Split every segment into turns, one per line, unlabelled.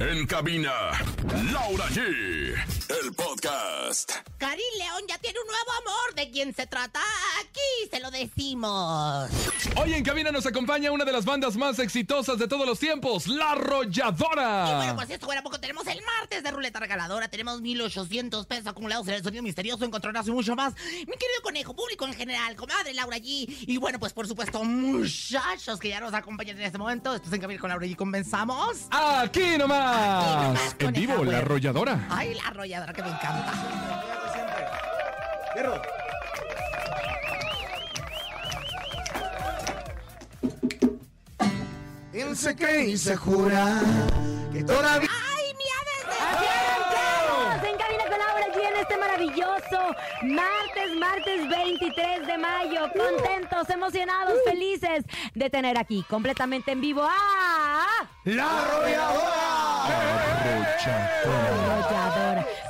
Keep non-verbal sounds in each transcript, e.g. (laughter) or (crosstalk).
En cabina, Laura G. El podcast.
Karim León ya tiene un nuevo amor. ¿De quién se trata? Aquí se lo decimos.
Hoy en cabina nos acompaña una de las bandas más exitosas de todos los tiempos, La Arrolladora.
Y bueno, pues si esto fuera poco, tenemos el martes de ruleta regaladora. Tenemos 1,800 pesos acumulados en el sonido misterioso. Encontrarás mucho más. Mi querido conejo, público en general, comadre Laura G. Y bueno, pues por supuesto, muchachos que ya nos acompañan en este momento. Esto es en cabina con Laura G. Comenzamos.
Aquí nomás.
Aquí nomás,
en
coneja,
vivo,
güey.
La Arrolladora.
Ay, la arrolladora que me encanta.
Perro. Él se cree y se jura que todavía.
Ay, mi ave de-
Así arrancamos en cabina con Laura G en este maravilloso martes, martes 23 de mayo. Contentos, emocionados, felices de tener aquí completamente en vivo a
¡La arrolladora!
Arrolladora.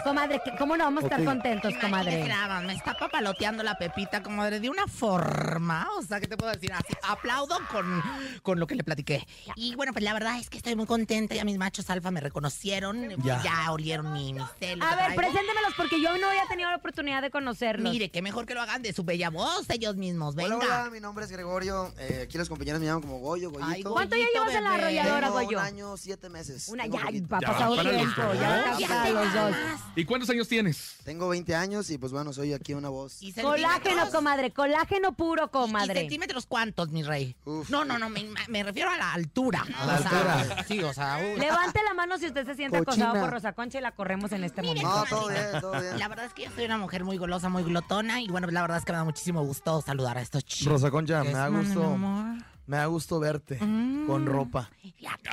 Comadre, ¿qué- ¿cómo no vamos a estar contentos,
Imagínese
comadre?
nada más, me está papaloteando la pepita, comadre, de una forma. O sea, ¿qué te puedo decir? Así, aplaudo con, con lo que le platiqué. Y bueno, pues la verdad es que estoy muy contenta. Ya mis machos alfa me reconocieron. Ya, olieron mi, mi celo
A
que
ver,
traigo.
preséntemelos porque yo no había tenido la oportunidad de conocerlos.
Mire, qué mejor que lo hagan de su bella voz ellos mismos. Venga.
Hola, hola, mi nombre es Gregorio. Eh, aquí los compañeros me llaman como Goyo, Goyito.
Ay, Goyo,
¿Cuánto ya llevas en la
bebé.
arrolladora,
Tengo
Goyo?
un año, siete meses.
Una
Tengo
ya,
poquito.
va
Ya,
pasado
para los
tiempo,
dos.
ya
Fíjate
va para los
nada
dos.
más.
¿Y cuántos años tienes?
Tengo 20 años y pues bueno, soy aquí una voz.
Y
Colágeno,
centímetros.
comadre, colágeno puro,
¿Y
comadre.
centímetros cuántos, mi rey?
Uf.
No, no, no, me, me refiero a la altura.
A la
O sea,
altura.
Sí, o sea, uy.
Levante la mano si usted se siente
Cochina.
acosado por Rosa Concha y la corremos en este
Mire,
momento.
No, todo
comadre.
bien, todo bien.
La verdad es que yo soy una mujer muy golosa, muy glotona y bueno, la verdad es que me da muchísimo gusto saludar a estos chicos.
Rosa Concha, me da
Mami, mi
gusto,
amor.
me da gusto verte
Mm.
con ropa.
Fíjate.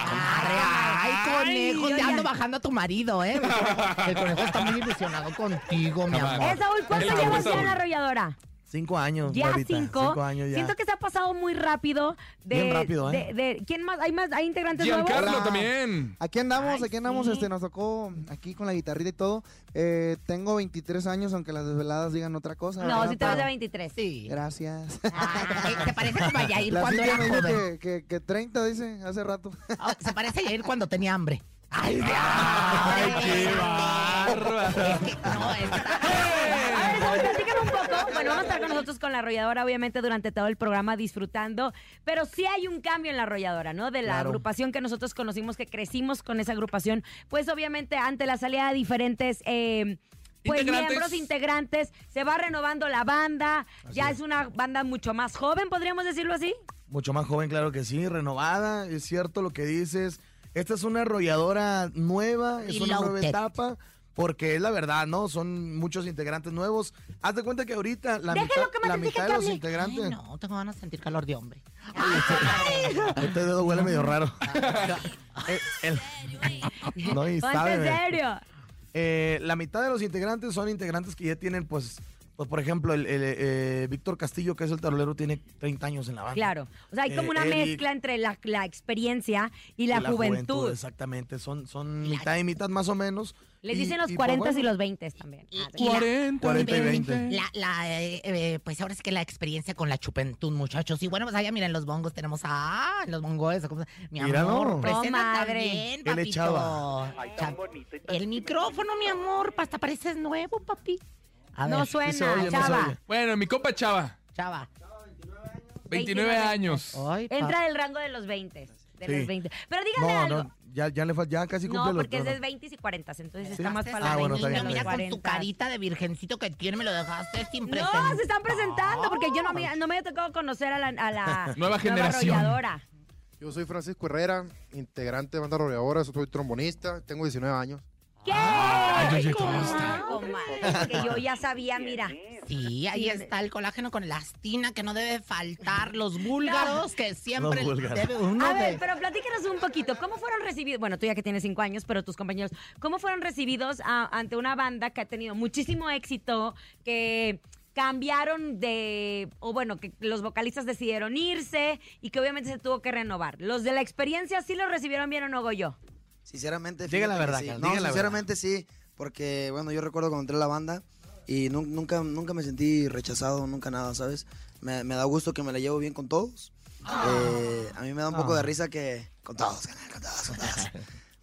Ay, conejo,
yo
te
ya-
ando bajando a tu marido, ¿eh? El conejo está muy ilusionado contigo, mi
Jamás.
amor.
Eh, Saúl, ¿cuánto
Saúl,
llevas ya
Saúl.
en la arrolladora?
Cinco años,
Ya
Laurita,
cinco.
años ya.
Siento que se ha pasado muy rápido. De,
Bien rápido,
de-
¿eh?
de- ¿Quién más? ¿Hay más? ¿Hay integrantes nuevos?
Giancarlo
Hola.
también.
Aquí andamos,
Ay,
aquí andamos,
sí.
este, nos tocó aquí con la guitarrita y todo. Eh, tengo 23 años, aunque las desveladas digan otra cosa.
No,
¿verdad?
si te vas de
Pero-
23.
Sí.
Gracias.
Ay, se parece como a Yair
La
cuando
Cintia
era
me dice
joven.
que, que, que 30, dice, hace rato.
Ah, se parece a Yair cuando tenía hambre. Ay, de-
Ay, qué
Ay,
bárbaro.
es
(laughs)
que- no, es que está-
A ver, Saúl, platícanos un poco. Bueno, vamos a estar con nosotros con la arrolladora, obviamente, durante todo el programa disfrutando. Pero sí hay un cambio en la arrolladora, ¿no? De la
Claro.
agrupación que nosotros conocimos, que crecimos con esa agrupación. Pues obviamente, ante la salida de diferentes. eh, pues
Integrantes.
miembros integrantes, se va renovando la banda, ya es una banda mucho más joven, podríamos decirlo así.
Mucho más joven, claro que sí, renovada, es cierto lo que dices. Esta es una arrolladora nueva, es
Y
una
low
nueva
tech.
etapa, porque es la verdad, ¿no? Son muchos integrantes nuevos. Haz de cuenta que ahorita la
Déjalo
mitad,
que me
la
deje que
mitad de los
hable.
Ay,
integrantes.
no, tengo ganas de sentir calor de hombre.
Este dedo huele
(laughs)
medio raro. Eh, El- el- no, y
Ponte
sabe,
en
ve.
serio.
Eh, la mitad de los integrantes son integrantes que ya tienen, pues, pues por ejemplo, el, el, eh, Víctor Castillo, que es el tarolero, tiene 30 años en la banda.
Claro. O sea, hay como
Ah. Eh,
una
Eric.
mezcla entre la, la experiencia y la, juventud.
Exactamente, son, son mitad y mitad más o menos.
Les
Y-
dicen los
y, pues,
40 y
bueno,
los 20 también.
Y-
Ah,
y la-
40,
40 y 20.
La, la, eh, eh, pues ahora es que la experiencia con la chupentud, muchachos. Y bueno, pues allá miren los bongos, tenemos a los bongos, ¿cómo se- mi
Mira,
amor,
no.
presenta
Comadre.
Bien
también, papito.
echada.
Cha- El micrófono, mi amor, hasta pareces nuevo, papi. A ver,
no
sí se
suena,
oye, no se
chava.
oye.
Bueno, mi compa Chava,
chava.
29 años.
Ay, pa-
Entra del rango de los 20. De
Sí.
los 20. Pero díganle
No,
algo.
no, ya, ya le fal- ya casi
No,
cumple los
porque es de
pero no.
20 y 40, entonces
te
está más
dejaste
para
Ah,
salir,
bueno,
los
está
niño,
bien,
mira
está
con
bien.
tu carita de virgencito que tiene, me lo dejaste sin
No, se están
presentar.
presentando porque yo no me, no me ha tocado conocer a la, a
(laughs)
la
Nueva generación.
arrolladora.
Yo soy Francisco Herrera, integrante de banda rodeadora, soy trombonista, tengo 19 años.
¿Qué?
Ah,
Ay, oye, ¿cómo
comadre, comadre, que yo ya sabía, mira.
Sí, ahí está el colágeno con elastina que no debe faltar, los búlgaros que siempre
Los búlgaros.
debe uno
A
de-
ver, pero platícanos un poquito, ¿cómo fueron recibidos? Bueno, tú ya que tienes cinco años, pero tus compañeros, ¿cómo fueron recibidos a- ante una banda que ha tenido muchísimo éxito, que cambiaron de, o bueno, que los vocalistas decidieron irse y que obviamente se tuvo que renovar? ¿Los de la experiencia sí los recibieron bien o no, Goyo?
Sinceramente,
Diga la
fíjate que
verdad,
sí.
Carlos,
No,
diga la
sinceramente sí, porque bueno, yo recuerdo cuando entré a la banda y nu- nunca, nunca me sentí rechazado, nunca nada, ¿sabes? Me, me da gusto que me la llevo bien
Ah.
con todos. (laughs) Eh, a mí me da un poco de risa que con todos, carnal, con todos, con todos.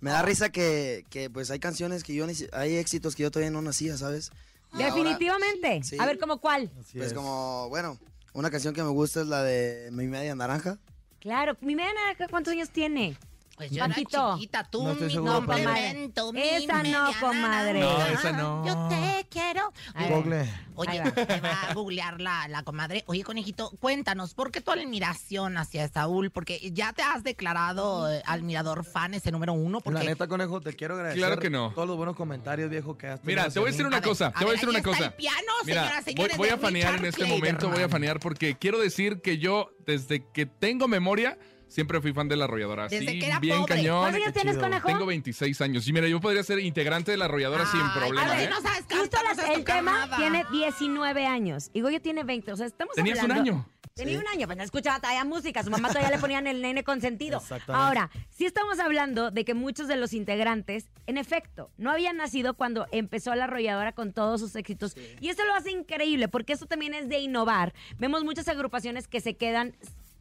Me da risa que, que, pues hay canciones que yo ni si- hay éxitos que yo todavía no nacía, ¿sabes? Y ahora,
Definitivamente.
Sí.
A ver, ¿cómo cuál?
Así
pues
es.
como, bueno, una canción que me gusta es la de Mi media naranja.
Claro, mi media naranja, ¿cuántos años tiene?
Pues yo era
Paquito.
chiquita, tú
No estoy
mi
seguro, padre.
complemento, mi
Esa no,
media
comadre.
No,
naranja.
esa no.
Yo te quiero.
A ver.
Google.
Oye,
Ahí va.
te va a googlear la, la comadre. Oye, conejito, cuéntanos, ¿por qué tu admiración hacia Saúl? Porque ya te has declarado eh, admirador fan ese número uno. Porque
La neta, conejo, te quiero agradecer.
Claro que no.
Todos los buenos comentarios, viejo, que has tenido
Mira, te voy a
hacia
decir
mí.
una cosa, te voy a decir
ahí
una
está
cosa.
el piano,
Mira,
señoras,
voy,
señores,
voy
de
a fanear en
Richard
este momento, voy a
Clayderman.
fanear porque quiero decir que yo, desde que tengo memoria, siempre fui fan de la arrolladora.
Desde
Así,
que era
bien
pobre.
cañón.
¿Cuántos años tienes,
chido.
conejo?
Tengo 26 años. Y mira, yo podría ser integrante de la arrolladora sin
Ay,
problema.
a ver,
¿eh?
no sabes
Justo
cantar, no
las-
sabes
el
tocar
tema
nada.
tiene 19 años y Goyo tiene 20. O sea, estamos
Tenías un
hablando-
año.
Tenía un año, pues no escuchaba todavía música. Su mamá todavía le ponían el nene consentido.
Exactamente.
Ahora, sí estamos hablando de que muchos de los integrantes, en efecto, no habían nacido cuando empezó la arrolladora con todos sus éxitos. Y eso lo hace increíble, porque eso también es de innovar. Vemos muchas agrupaciones que se quedan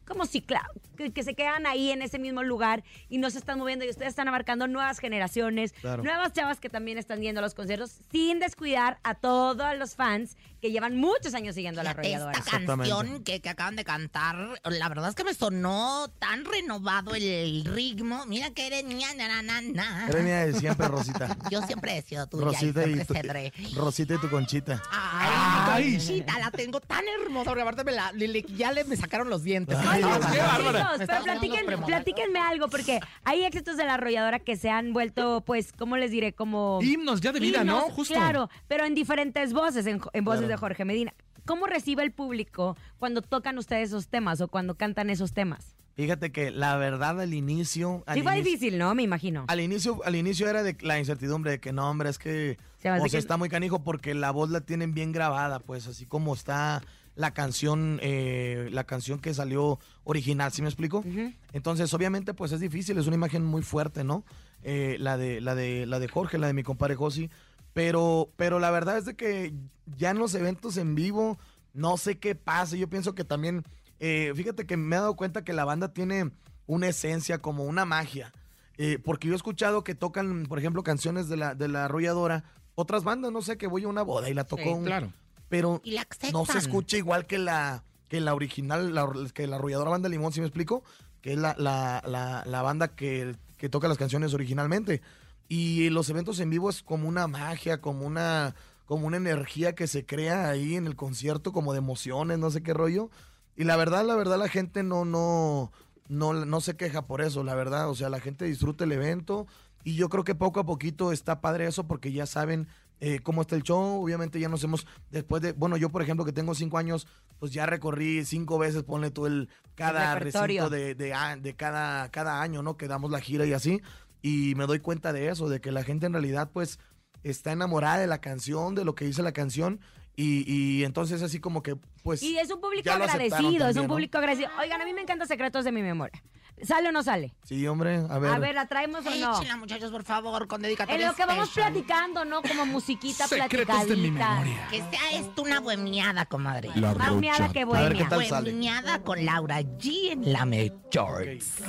como cicla, que, que se quedan ahí en ese mismo lugar y no se están moviendo y ustedes están abarcando nuevas generaciones,
Claro.
nuevas chavas que también están yendo a los conciertos sin descuidar a todos los fans que llevan muchos años siguiendo a la
Fíjate,
arrolladora.
Esta canción que, que acaban de cantar, la verdad es que me sonó tan renovado el ritmo. Mira que eres ña, na, na, na, na.
Eres mía de
(laughs)
siempre, Rosita.
Yo siempre he sido tuya
Rosita
y
y,
siempre cedré.
tu, Rosita y tu conchita.
Ay, Conchita, la tengo tan hermosa. porque aparte me la- le- le- ya le me sacaron los dientes.
Oye,
Ay,
chicos,
qué bárbara.
pero
Estamos
platiquen-
hablando de
platíquenme algo, porque hay éxitos de la arrolladora que se han vuelto, pues, ¿cómo les diré? Como...
Himnos ya de vida, ¿no?
himnos,
Justo.
Claro, pero en diferentes voces, en, jo- en voces de Jorge Medina. ¿Cómo recibe el público cuando tocan ustedes esos temas o cuando cantan esos temas?
Fíjate que la verdad al inicio. Al
Sí fue
inicio-
difícil, ¿no? Me imagino.
Al inicio, al inicio era de la incertidumbre de que no, hombre, es que
Se me hace
o sea,
que-
está muy canijo porque la voz la tienen bien grabada, pues así como está la canción, eh, la canción que salió original, ¿sí me explico?
Ujú.
Entonces, obviamente, pues es difícil, es una imagen muy fuerte, ¿no? Eh, la de, la de, la de Jorge, la de mi compadre Josi. Pero, pero la verdad es de que ya en los eventos en vivo, no sé qué pasa. Yo pienso que también, eh, fíjate que me he dado cuenta que la banda tiene una esencia, como una magia. Eh, porque yo he escuchado que tocan, por ejemplo, canciones de la, de la arrolladora. Otras bandas, no sé, que voy a una boda y la tocó
Sí,
un-
Claro.
Pero
Y la aceptan.
no se escucha igual que la que la original, la, que la arrolladora banda Limón, si me explico, que es la, la, la, la banda que, que toca las canciones originalmente. Y los eventos en vivo es como una magia, como una, como una energía que se crea ahí en el concierto, como de emociones, no sé qué rollo. Y la verdad, la verdad, la gente no, no, no, no se queja por eso, la verdad. O sea, la gente disfruta el evento. Y yo creo que poco a poquito está padre eso porque ya saben eh, cómo está el show. Obviamente ya nos hemos, después de, bueno, yo por ejemplo que tengo cinco años, pues ya recorrí cinco veces, ponle tú el, cada
repertorio.
recinto de, de a- de cada, cada año, ¿no? Que damos la gira y así. Y me doy cuenta de eso, de que la gente en realidad pues está enamorada de la canción, de lo que dice la canción. Y, y entonces así como que pues...
Y es un público
ya lo aceptaron
agradecido, es un
también, ¿no?
público agradecido. Oigan, a mí me encantan Secretos de mi memoria. ¿Sale o no sale?
Sí, hombre, a ver.
A ver, ¿la traemos o no?
Échenla, muchachos, por favor, con
En
dedicatoria.
lo que vamos
special.
platicando, ¿no? Como musiquita platicadita.
Secretos de mi memoria.
Que sea esto una bohemiada, comadre.
La
Más meada que
A ver
bohemia.
qué tal sale.
Bohemiada con Laura G en la Mejor.
Yards.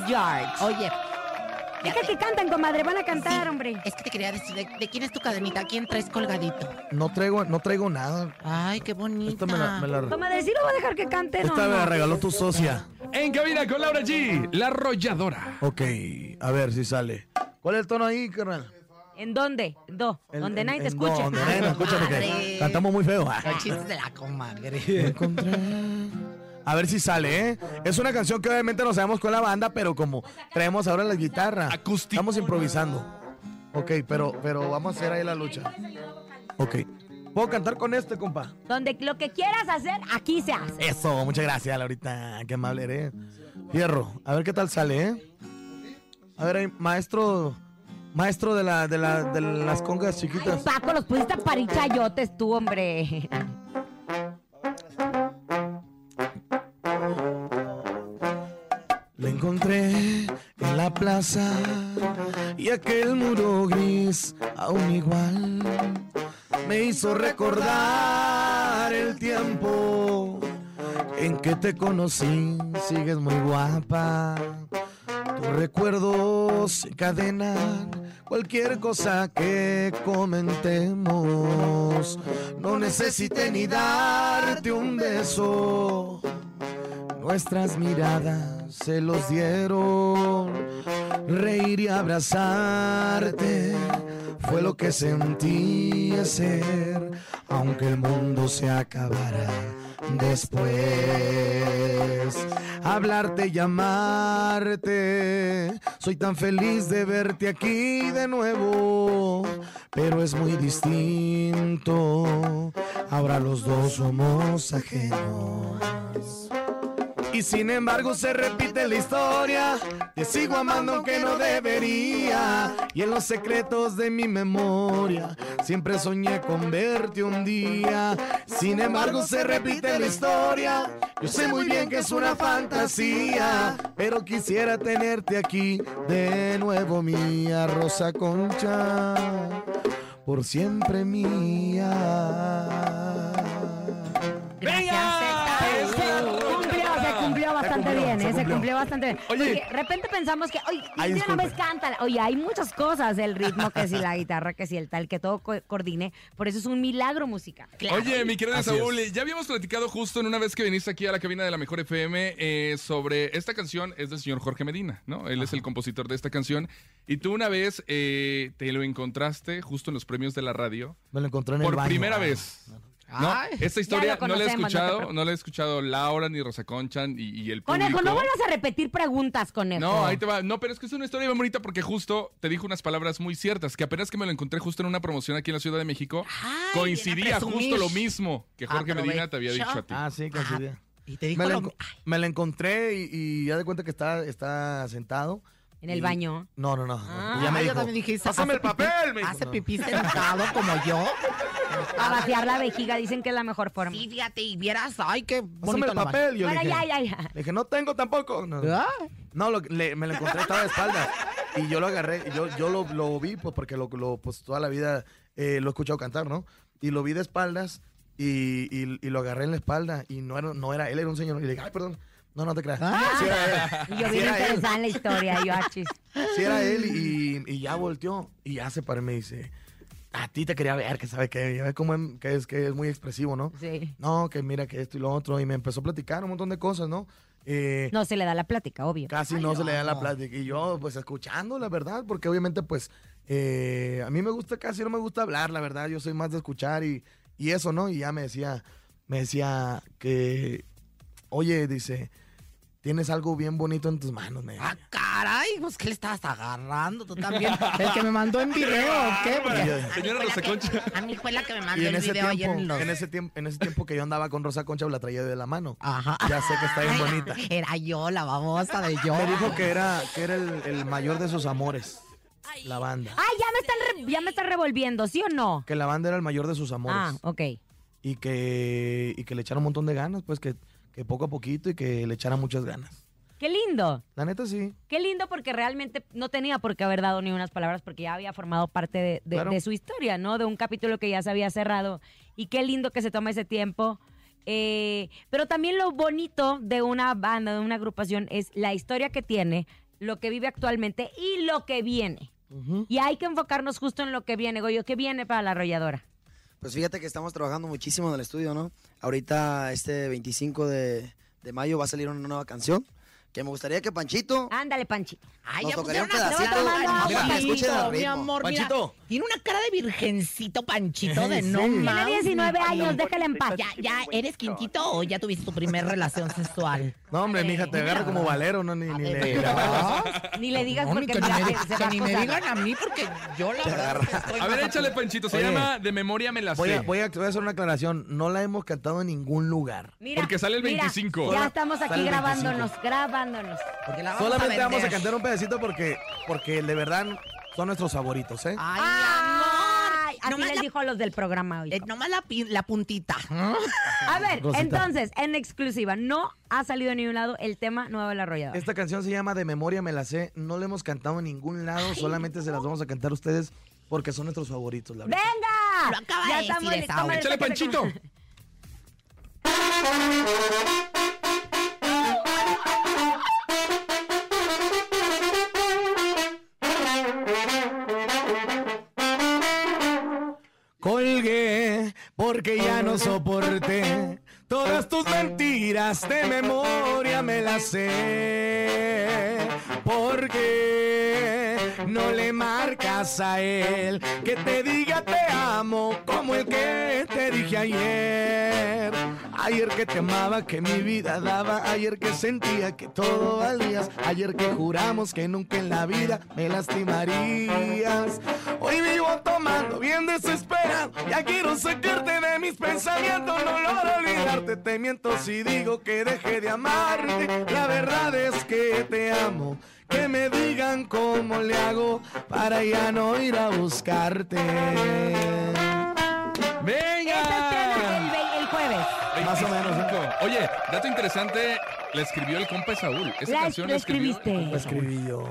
Oye,
Deja que cantan, comadre. Van a cantar,
Sí,
hombre.
Es que te quería decir, ¿de, de quién es tu cadenita? ¿Quién traes colgadito?
No traigo, no traigo nada.
Ay, qué bonita.
Esta me la, me la,
Comadre, ¿sí lo voy a dejar que canten o
esta me la
no?
regaló tu socia.
En cabina con Laura G, la arrolladora.
Ok, a ver si sale. ¿Cuál es el tono ahí, carnal?
¿En dónde? Do.
El-
donde
en-
nadie te
en- no,
escuche.
Donde nadie nos escucha porque
Madre.
cantamos muy feo.
Los chistes de la comadre.
Encontré- A ver si sale, ¿eh? Es una canción que obviamente no sabemos con la banda, pero como traemos ahora la guitarra,
Acústico.
estamos improvisando. Ok, pero, pero vamos a hacer ahí la lucha. Ok. ¿Puedo cantar con este, compa?
Donde lo que quieras hacer, aquí se hace.
Eso, muchas gracias, Laurita. Qué amable eres. Fierro, a ver qué tal sale, ¿eh? A ver, ahí, maestro. Maestro de, la, de, la, de las congas chiquitas.
Paco, los pusiste a parir chayotes tú, hombre.
La encontré en la plaza y aquel muro gris aún igual me hizo recordar el tiempo en que te conocí. Sigues muy guapa, Tus recuerdos encadenan cualquier cosa que comentemos. No necesité ni darte un beso. Nuestras miradas se los dieron. Reír y abrazarte fue lo que sentí hacer, aunque el mundo se acabara después. Hablarte y amarte, soy tan feliz de verte aquí de nuevo, pero es muy distinto. Ahora los dos somos ajenos. Y sin embargo se repite la historia. Te sigo amando aunque no debería. Y en los secretos de mi memoria siempre soñé con verte un día. Sin embargo se repite la historia. Yo sé muy bien que es una fantasía. Pero quisiera tenerte aquí de nuevo, mía Rosa Concha. Por siempre mía.
¡Venga!
eh. Se cumplió, se cumplió bastante
cumplió,
bien,
se
¿eh? Se
cumplió.
cumplió bastante bien.
Oye.
Porque de repente pensamos que, oye,
Ay,
de una
disculpe.
vez cantan. Oye, hay muchas cosas, el ritmo, que si la guitarra, que si el tal, que todo co- coordine. Por eso es un milagro musical.
Oye, mi querido
Así
Saúl,
es.
ya habíamos platicado justo en una vez que viniste aquí a la cabina de la Mejor FM eh, sobre esta canción, es del señor Jorge Medina, ¿no? Él es el compositor de esta canción. Y tú una vez eh, te lo encontraste justo en los premios de la radio
(laughs) Me lo encontré en el
por
baño.
primera
Ah.
vez. No, esta historia
lo
no la he
conocemos, no te
escuchado, no,
preocupes.
la he escuchado Laura ni Rosa Conchan y, y el público.
Conejo, no vuelvas a repetir preguntas, conejo.
No, ahí te va. No, pero es que es una historia bien bonita porque justo te dijo unas palabras muy ciertas, que apenas que me lo encontré justo en una promoción aquí en la Ciudad de México,
Ay, viene
coincidía
a presumir.
justo lo mismo que Jorge Medina te había dicho a ti.
Ah, sí, coincidía.
Y te dijo
Me la,
lo-
enco- me la encontré y, y ya de cuenta que está, está sentado.
En el
y-
baño.
No, no, no.
Ah,
y ya me
Ah, yo
dijo,
también dije,
"Pásame el
¿hace pipí?
papel", me dijo.
¿Hace pipí sentado como yo?
A vaciar la vejiga, dicen que es la mejor forma.
Sí, fíjate, y vieras, ay, qué
Pásame
bonito
el
la mano.
papel. Yo le
Bueno,
dije, "Ah,
ya, ya, ya.
le dije, no tengo tampoco. No, no.
Ah,
No, lo- le- me lo encontré, estaba de espaldas. Y yo lo agarré, yo, yo lo, lo vi, pues porque lo, lo- pues, toda la vida eh, lo he escuchado cantar, ¿no? Y lo vi de espaldas y, y- y lo agarré en la espalda. Y no era, no era él, era un señor. Y le dije, ay, perdón. No, no te creas. Sí era él.
(laughs) Y yo
Sí
bien
era él.
interesada en la historia, yo "Ah, achis.
Sí era él y, y ya volteó y ya se paró y me dice, a ti te quería ver, que sabe que, ya ves cómo em- que es, que es muy expresivo, ¿no?
Sí.
No, que mira que esto y lo otro y me empezó a platicar un montón de cosas, ¿no? Eh,
No se le da la plática, obvio.
Casi no se le da la plática y yo pues escuchando, la verdad, porque obviamente pues eh, a mí me gusta casi, no me gusta hablar, la verdad, yo soy más de escuchar y, y eso, ¿no? Y ya me decía, me decía que, oye, dice, tienes algo bien bonito en tus manos, me
ah,
decía.
caray, pues que le estabas agarrando tú también. (laughs) El que me mandó en video, ¿o ¿qué? Porque
Y yo-
a mí
Señora
fue la
Rosa
que-
Concha.
A mí fue la que me
Y
mandó
en
el
ese,
video ayer
tiempo,
en los...
en, ese tiempo, en ese tiempo que yo andaba con Rosa Concha, la traía de la mano.
Ajá.
Ya sé que está
(laughs)
bien bonita.
Era yo, la babosa de yo.
Me dijo que era, que era el, el mayor de sus amores, la banda.
Ay, ya me están, re- ya me están revolviendo, ¿sí o no?
Que la banda era el mayor de sus
Ah,
amores.
ok.
Y, que, y que le echaron un montón de ganas, pues que, que poco a poquito y que le echaran muchas ganas.
Qué lindo.
La neta sí.
Qué lindo porque realmente no tenía por qué haber dado ni unas palabras porque ya había formado parte de, de-
Claro.
de su historia, ¿no? De un capítulo que ya se había cerrado. Y qué lindo que se toma ese tiempo. Eh, pero también lo bonito de una banda, de una agrupación, es la historia que tiene, lo que vive actualmente y lo que viene. Y hay que enfocarnos justo en lo que viene, Goyo. ¿Qué viene para la arrolladora?
Pues fíjate que estamos trabajando muchísimo en el estudio, ¿no? Ahorita este 25 de, de mayo va a salir una nueva canción que me gustaría que Panchito...
Ándale, Panchito.
Ay,
Nos
ya
tocaría
pusieron
un
una
pedacito.
cara de
Mira,
Panchito,
escuchen el
mi
ritmo.
amor, mira.
Panchito.
Tiene una cara de virgencito, Panchito, de no
Sí.
mames.
Tiene 19 años, déjala en paz.
¿Ya, ¿Ya eres quintito o ya tuviste tu primer relación sexual?
No, hombre, mija, te agarro como valero, no, ni, ni
ver,
le-
Ah,
Ni le digas
No, ni
porque
que ni
mira,
me,
se- se
que
va a
ni me
acosar.
digan a mí porque yo la verdad es que estoy
A ver,
(laughs) más
échale, Panchito. Se
Oye.
llama De memoria me la
Voy
sé.
a, voy, a, voy a hacer una aclaración. No la hemos cantado en ningún lugar.
Mira,
Porque sale el
mira,
25.
ya estamos aquí
Sale el
grabándonos, grabándonos.
Porque la vamos
Solamente
a
vamos a
vender.
cantar un pedacito porque, porque de verdad son nuestros favoritos, ¿eh?
Ay,
Ay, así
amor. Nomás
les
la,
dijo a los del programa hoy.
eh, nomás la, pin- la puntita.
A ver,
Rosita.
entonces, en exclusiva, no ha salido de ningún lado el tema nuevo de la arrolladora.
Este-
Esta canción se llama De memoria me la sé. No la hemos cantado en ningún lado. solamente se las vamos a cantar a ustedes porque son nuestros favoritos, la verdad.
¡Venga!
Lo acaba de decir
estamos li-
esa,
tómale,
Échale,
sácate
Panchito.
como-
Ay,
colgué porque ya no soporté. Todas tus mentiras de memoria me las sé. Porque no le marcas a él que te diga te amo como el que te dije ayer. Ayer que te amaba, que mi vida daba. Ayer que sentía que todo valías. Ayer que juramos que nunca en la vida me lastimarías. Hoy vivo tomando, bien desesperado. Ya quiero sacarte de mis pensamientos. No logro olvidarte. Te miento si digo que dejé de amarte. La verdad es que te amo. Que me digan cómo le hago para ya no ir a buscarte.
Ah.
Esa estrena el,
¡Venga!
ve- el jueves.
Más o menos, ¿eh?
Cinco. Oye, dato interesante, la escribió el compa Saúl. Esa
La,
canción
la
la escribió el
escribiste.
Lo escribí yo.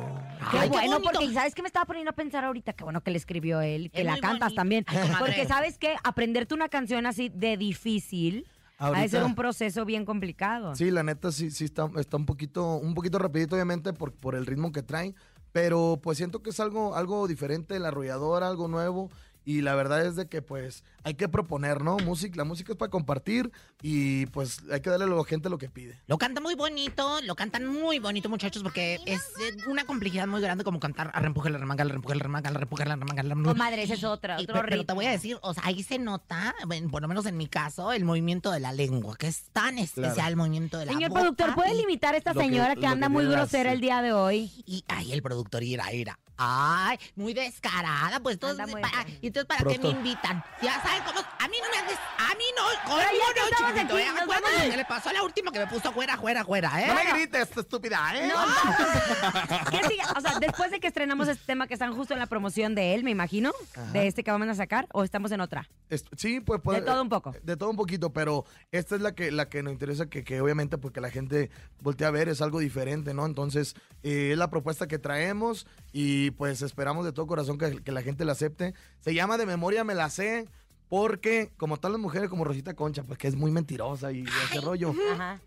Qué
Ay, qué
bueno,
bonito.
porque sabes que me estaba poniendo a pensar ahorita, qué bueno que le escribió él y que
Es
la
muy
cantas
bonito.
también.
Ay, comadre.
Porque sabes que aprenderte una canción así de difícil ha de
Ahorita-
ser un proceso bien complicado.
Sí, la neta sí, sí está, está un poquito, un poquito rapidito, obviamente, por, por el ritmo que trae. Pero pues siento que es algo, algo diferente, la arrolladora, algo nuevo. Y la verdad es de que pues hay que proponer, ¿no? Música, la música es para compartir y pues hay que darle a la gente lo que pide.
Lo canta muy bonito, lo cantan muy bonito, muchachos, porque es eh, una complejidad muy grande como cantar a rempujar la remanga, a rempujar la remanga, a rempujar la remanga, a rempujar la remanga.
Comadre, esa es otra,
Y,
otro
pe- pero
ritmo.
te voy a decir, o sea, ahí se nota, bueno, por lo menos en mi caso, el movimiento de la lengua, que es tan especial el movimiento de la
Señor
boca
productor, ¿puede
y-
limitar a esta
lo que-
señora que,
lo que
anda muy
tiene la-
grosera el día de hoy?
Y ahí el productor ira, ira. Ay, muy descarada, pues entonces,
Anda muy
para,
bien.
y entonces ¿para qué me
Pronto.
invitan? Ya saben cómo, a mí no me haces, a mí no, conmigo
ya que
no,
estamos
chiquito,
aquí,
¿eh?
nos
Acuérdate
vamos.
lo que le pasó a la última que me puso juera, juera, juera, ¿eh?
grites, estúpida, ¿eh? (laughs)
¿Qué sigue? O sea, después de que estrenamos este tema que están justo en la promoción de él, me imagino, de este que vamos a sacar, o estamos en otra.
sí, pues puede-
De todo un poco.
De todo un poquito, pero esta es la que, la que nos interesa, que, que obviamente porque la gente voltea a ver, es algo diferente, ¿no? Entonces, eh, es la propuesta que traemos y pues esperamos de todo corazón que, que la gente la acepte. Se llama De Memoria Me La Sé, porque como tal las mujeres como Rosita Concha, pues que es muy mentirosa y ese rollo.
Ajá.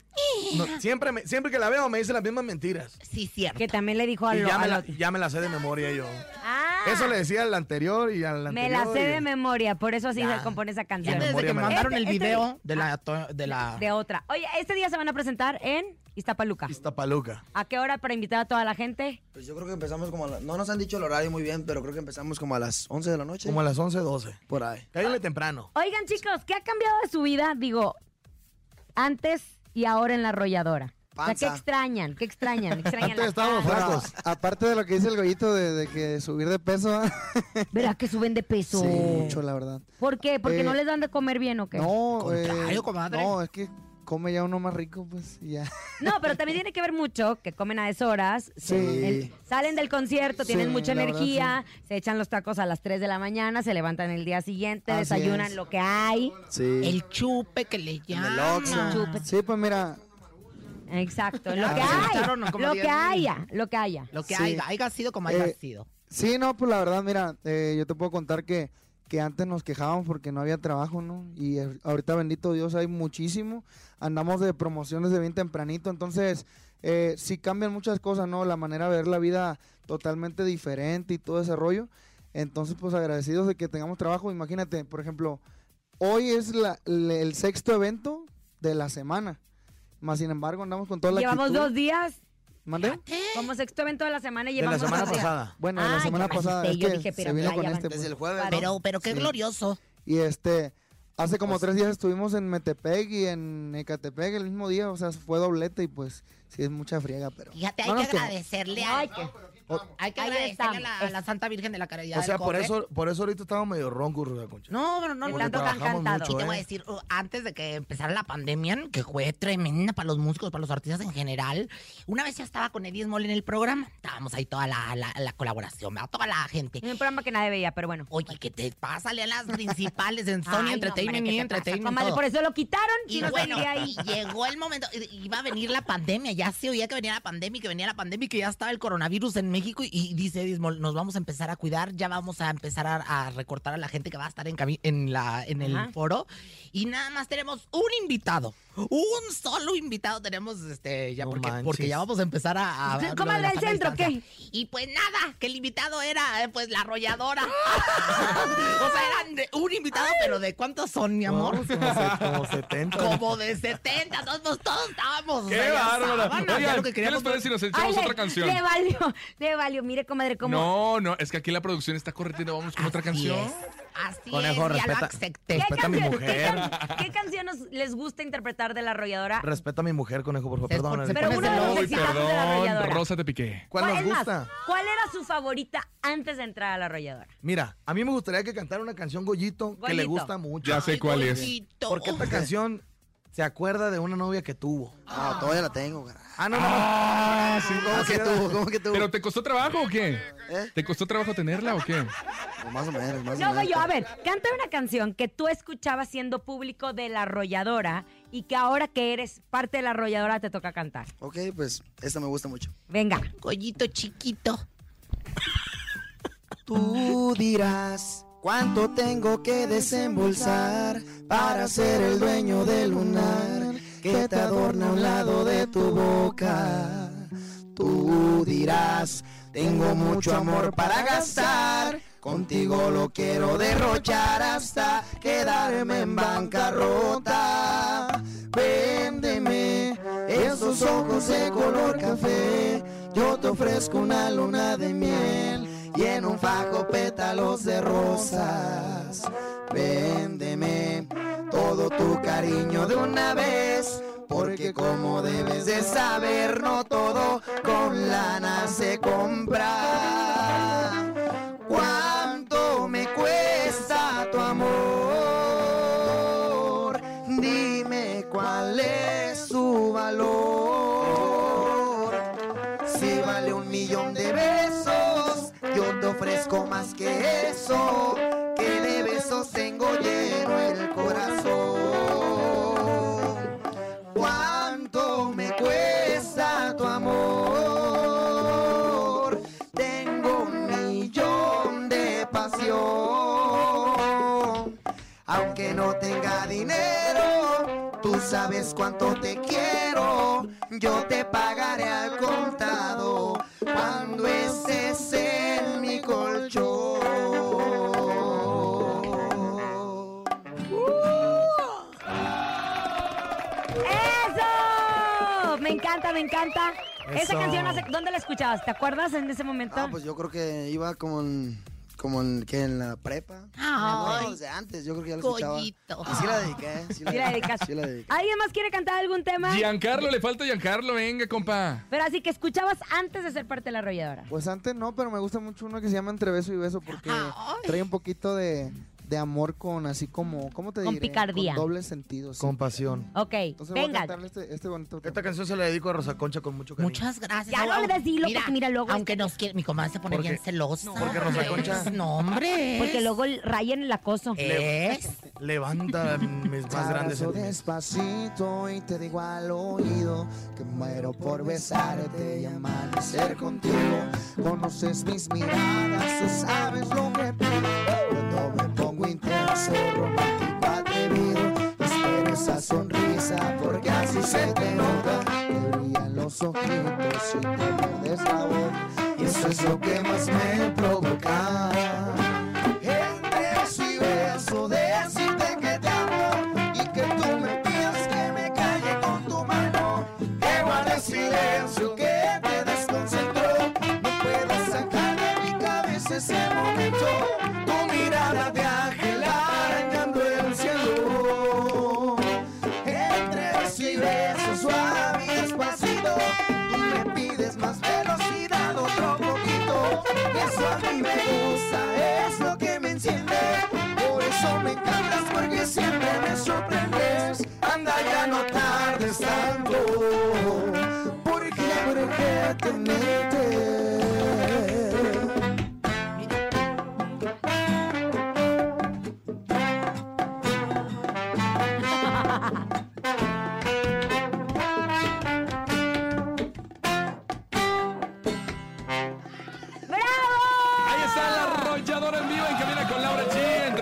No, siempre, me- siempre que la veo me dice las mismas mentiras.
Sí, cierto.
Que también le dijo a
Y
lo-
ya me,
a
la,
lo-
ya me la sé de memoria yo.
Ah,
Eso le decía al anterior y al
Me
anterior.
la sé
y-
de memoria, por eso así
Ya.
se compone esa
Ya
canción.
desde que
memoria
me
me-
mandaron el
Este- este-
video de la... to- De la...
De otra. Oye, este día se van a presentar en Iztapaluca.
Iztapaluca.
¿A qué hora para invitar a toda la gente?
Pues yo creo que empezamos como a la- No nos han dicho el horario muy bien, pero creo que empezamos como a las 11 de la noche.
Como a las 11, 12.
Por ahí.
Cállale temprano.
Oigan, chicos, ¿qué ha cambiado de su vida? Digo, antes y ahora en la arrolladora. O sea,
Panza.
¿qué extrañan? ¿Qué
(laughs)
extrañan? ¿Extrañan
Antes
la
estábamos
panza?
flacos.
Aparte de lo que dice el gollito de, de que subir de peso,
¿Verdad que suben de peso?
sí, mucho la verdad.
¿Por qué? ¿Porque
Eh,
no les dan de comer bien o qué?
No, eh,
Contrario, comadre.
no, es que come ya uno más rico, pues y ya.
No, pero también tiene que ver mucho que comen a deshoras,
Sí.
el- salen del concierto, tienen
Sí,
mucha
la verdad,
energía, se echan los tacos a las 3 de la mañana, se levantan el día siguiente,
Así
desayunan
es.
lo que hay.
Sí.
El chupe que le llaman.
Chupe.
Sí, pues mira,
Exacto, lo
Ah,
que
se
haya,
echaron como
lo
10
que
mil.
haya, lo que haya.
Lo que
Sí.
haya, haya sido como haya
Eh,
sido.
sí, no, pues la verdad, mira, eh, yo te puedo contar que, que antes nos quejábamos porque no había trabajo, ¿no? Y eh, ahorita, bendito Dios, hay muchísimo. Andamos de promociones de bien tempranito, entonces eh, sí cambian muchas cosas, ¿no? La manera de ver la vida totalmente diferente y todo ese rollo. Entonces, pues agradecidos de que tengamos trabajo. Imagínate, por ejemplo, hoy es la- le- el sexto evento de la semana. Más sin embargo, andamos con toda la
Llevamos
actitud.
dos Ah, días,
¿Mande?
como sexto evento de la semana y
De la
llevamos
semana
dos días.
pasada.
Bueno, de la
Ay,
semana
Ah, ya me
pasada.
asusté,
es
yo
que
dije, pero
se vino
ya
con
van.
este.
Desde
Desde el jueves.
¿no?
Pero, pero qué
Sí.
glorioso.
Y este, hace como tres días estuvimos en Metepec y en Ecatepec el mismo día, o sea, fue doblete y pues sí es mucha friega, pero.
Fíjate, hay
No
que
nos quejamos.
agradecerle a,
Ay, qué-
hay que
Ahí
agradecerle a la,
estamos.
a la Santa Virgen de la Caridad.
O sea,
del
por
Cobre.
eso, por eso ahorita estaba medio ronco, Ruda Concha.
No, pero no,
Y
no.
Porque
tanto que han
trabajamos
cantado.
Y te
mucho,
voy a
¿eh?
decir, uh, antes de que empezara la pandemia, que fue tremenda para los músicos, para los artistas en general, una vez ya estaba con Eddie Small en el programa, estábamos ahí toda la, la- la colaboración, ¿verdad? toda la gente.
en un programa que nadie veía, pero bueno.
Oye, ¿qué te pasa? Lea las principales en Sony
Ay, no,
Entertainment
hombre, ¿qué
y
te pasa,
Entertainment.
comadre?
todo.
por eso lo quitaron y,
Y
no
bueno,
seguiría ahí.
y
(laughs)
llegó eh, el momento, i- iba a venir la pandemia, ya se oía que venía la pandemia, y que venía la pandemia, y que ya estaba el coronavirus en México y, y dice Dismol, nos vamos a empezar a cuidar, ya vamos a empezar a, a recortar a la gente que va a estar en, cami- en, la, en el
Ajá.
foro. Y nada más tenemos un invitado, un solo invitado tenemos, este, ya
No
porque, porque
manches.
ya vamos a empezar a... a
Sí,
lo
¿cómo
de
habla
la
el
sana
centro,
distancia. Y pues nada, que el invitado era eh, pues la arrolladora. (laughs) o sea, eran de un invitado, pero ¿de cuántos son, mi amor?
Vamos, Como, se- como 70.
Como de 70, todos, todos estábamos. o
¡Qué
sea, ya
bárbara!
sábanas, ya
Oigan,
lo que
¿qué les
queríamos
parece si nos
Ay,
echamos
le,
otra canción?
le valió, le valió. Mire, comadre, cómo.
No, no, es que aquí la producción está corriendo. Vamos con otra
Así
canción.
es, así
Conejo,
es, ya lo
respeta.
acepté.
¿Qué,
Respeta a mi
canción- qué
mujer.
can- qué canciones les gusta interpretar de la arrolladora?
Respeta a mi mujer, conejo, por favor.
Se-
Perdón.
se-
ahorita-
Pero
pones
uno
el
de los
ojo y
Uy,
exitazos de la
perdón,
arrolladora.
Rosa te piqué.
¿Cuál nos
es más,
gusta?
¿Cuál era su favorita antes de entrar a la arrolladora?
Mira, a mí me gustaría que cantara una canción Goyito, que le
Goyito.
gusta mucho.
Ya sé cuál es.
Goyito.
Porque esta canción se acuerda de una novia que tuvo.
No, todavía la tengo, cara.
Ah, no, no, no.
Ah, sí.
¿Cómo que tuvo? ¿Cómo que tuvo?
¿Pero te costó trabajo o qué?
¿Eh?
¿Te costó trabajo tenerla o qué?
No, más o menos, más o
No,
menos.
yo, a ver, canta una canción que tú escuchabas siendo público de la arrolladora y que ahora que eres parte de la arrolladora te toca cantar.
Ok, pues esta me gusta mucho.
Venga.
Goyito chiquito.
Tú dirás cuánto tengo que desembolsar para ser el dueño del lunar que te adorna a un lado de tu boca. Tú dirás, tengo mucho amor para gastar, contigo lo quiero derrochar hasta quedarme en bancarrota. Véndeme esos ojos de color café, yo te ofrezco una luna de miel y en un fajo pétalos de rosas. Véndeme todo tu cariño de una vez, porque como debes de saber, no todo con lana se compra. ¿Cuánto me cuesta tu amor? Dime cuál es su valor. Si vale un millón de besos, yo te ofrezco más que eso, que de besos tengo lleno el corazón. ¿Cuánto me cuesta tu amor? Tengo un millón de pasión. Aunque no tenga dinero, tú sabes cuánto te quiero. Yo te pagaré al contado cuando estés en mi colchón.
¡Eso! Me encanta, me encanta. Esa
Eso.
canción, hace- ¿dónde la escuchabas? ¿Te acuerdas en ese momento?
Ah, pues yo creo que iba como en, como en, que en la prepa.
Ay.
No, desde antes, yo creo que ya la escuchaba.
Goyito.
Y sí la dediqué, sí la,
Sí la dedicaste.
Sí la dediqué.
¿Alguien más quiere cantar algún tema?
Giancarlo, le falta Giancarlo, venga, compa.
Pero así que escuchabas antes de ser parte de la arrolladora.
Pues antes no, pero me gusta mucho uno que se llama Entre Beso y Beso porque trae un poquito de, de amor con así como, ¿cómo te
Con
diré?
picardía.
Con doble sentido. sí.
Compasión.
Ok,
Entonces voy a
venga.
cantarle este, este bonito tema.
Esta canción se la dedico a Rosa Concha con mucho cariño.
Muchas gracias.
Ya no
Ahora,
le des hilo, porque mira luego
Aunque
este-
nos quiere, mi comadre se pone
Porque-
bien celosa.
porque Rosa Concha-
(laughs) No, hombre.
Porque luego el- rayen el acoso.
Eh. es.
Levanta mis
Te
más grandes
abrazo
sentimientos.
despacito y te digo al oído que muero por besarte y amanecer contigo. Conoces mis miradas, tú sabes lo que pido. Cuando me pongo intenso, romántico, atrevido, espero esa sonrisa porque así se te nota. Te brillan los ojitos y te pierdes la boca y eso es lo que más me provoca. Entre beso y beso, decirte que te amo y que tú me pidas que me calle con tu mano. Igual el silencio que te desconcentró, no puedo sacar de mi cabeza ese momento. Tu mirada de ángel arañando el cielo. Entre beso y beso, suave y despacito, tú me pides más velocidad, otro poquito. Es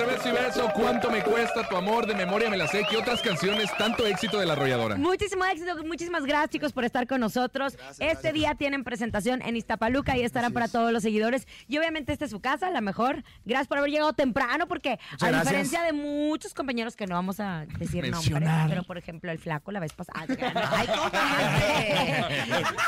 verso y verso, ¿cuánto me cuesta tu amor? De memoria me la sé. ¿Qué otras canciones? Tanto éxito de la arrolladora.
Muchísimo éxito, muchísimas gracias chicos por estar con nosotros. este día tienen presentación en Iztapaluca y estarán para todos los seguidores. Y obviamente esta es su casa, la mejor. Gracias por haber llegado temprano porque a
gracias.
diferencia de muchos compañeros que no vamos a decir nombres, pero por ejemplo el flaco la vez pasada. Ay, comadre.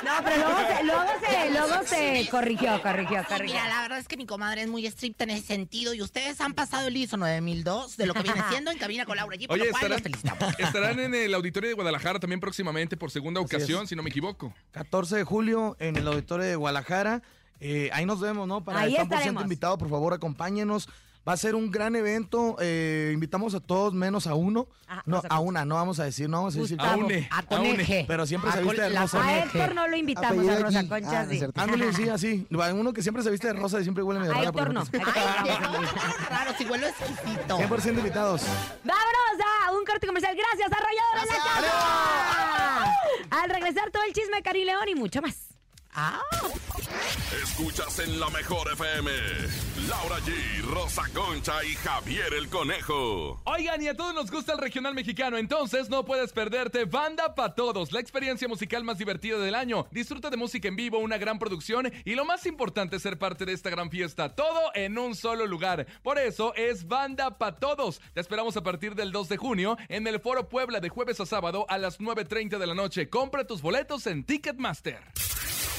no, pero luego se, luego se, luego se corrigió, corrigió,
Sí,
corrigió.
mira, la verdad es que mi comadre es muy estricta en ese sentido y ustedes han pasado el ISO 9002 de lo que viene siendo en cabina con Laura G. Por
Oye,
lo
estarán,
cual
(laughs)
los felicitamos.
estarán en
(laughs)
el auditorio de Guadalajara también próximamente por segunda ocasión, si no me equivoco.
14 de julio en el auditorio de Guadalajara. Eh, ahí nos vemos, ¿no? Para
Ahí
el 100%
estaremos.
invitado, por favor, acompáñenos. Va a ser un gran evento. eh, invitamos a todos menos a uno.
Ajá,
no,
o sea,
a una, no vamos a decir, no vamos a decir.
Gustavo. Eh,
Aune,
A
aune.
Coneje.
Pero siempre
A
se
Col-
viste de
la-
rosa,
A
¿no?
Héctor no lo invitamos
Apellido
a Rosa
aquí. Ah,
Concha.
no es
sí.
cierto.
Ándale, sí, así. Uno que siempre se viste de rosa y siempre huele medio
A
raro. pero
Héctor no.
no
A
pasa
Héctor
Ay,
no.
no, no, (laughs) no, raro, si huelo exquisito.
100% invitados.
Vámonos a un corte comercial. Gracias, Arrollador en la casa. Al regresar todo el chisme de Cari León y mucho más.
Ah.
Escuchas en la mejor FM. Laura G, Rosa Concha y Javier el Conejo.
Oigan, y a todos nos gusta el regional mexicano, entonces no puedes perderte Banda Pa' Todos, la experiencia musical más divertida del año. Disfruta de música en vivo, una gran producción y lo más importante es ser parte de esta gran fiesta, todo en un solo lugar. Por eso es Banda Pa' Todos. Te esperamos a partir del 2 de junio en el Foro Puebla de jueves a sábado a las 9.30 de la noche. Compra tus boletos en Ticketmaster.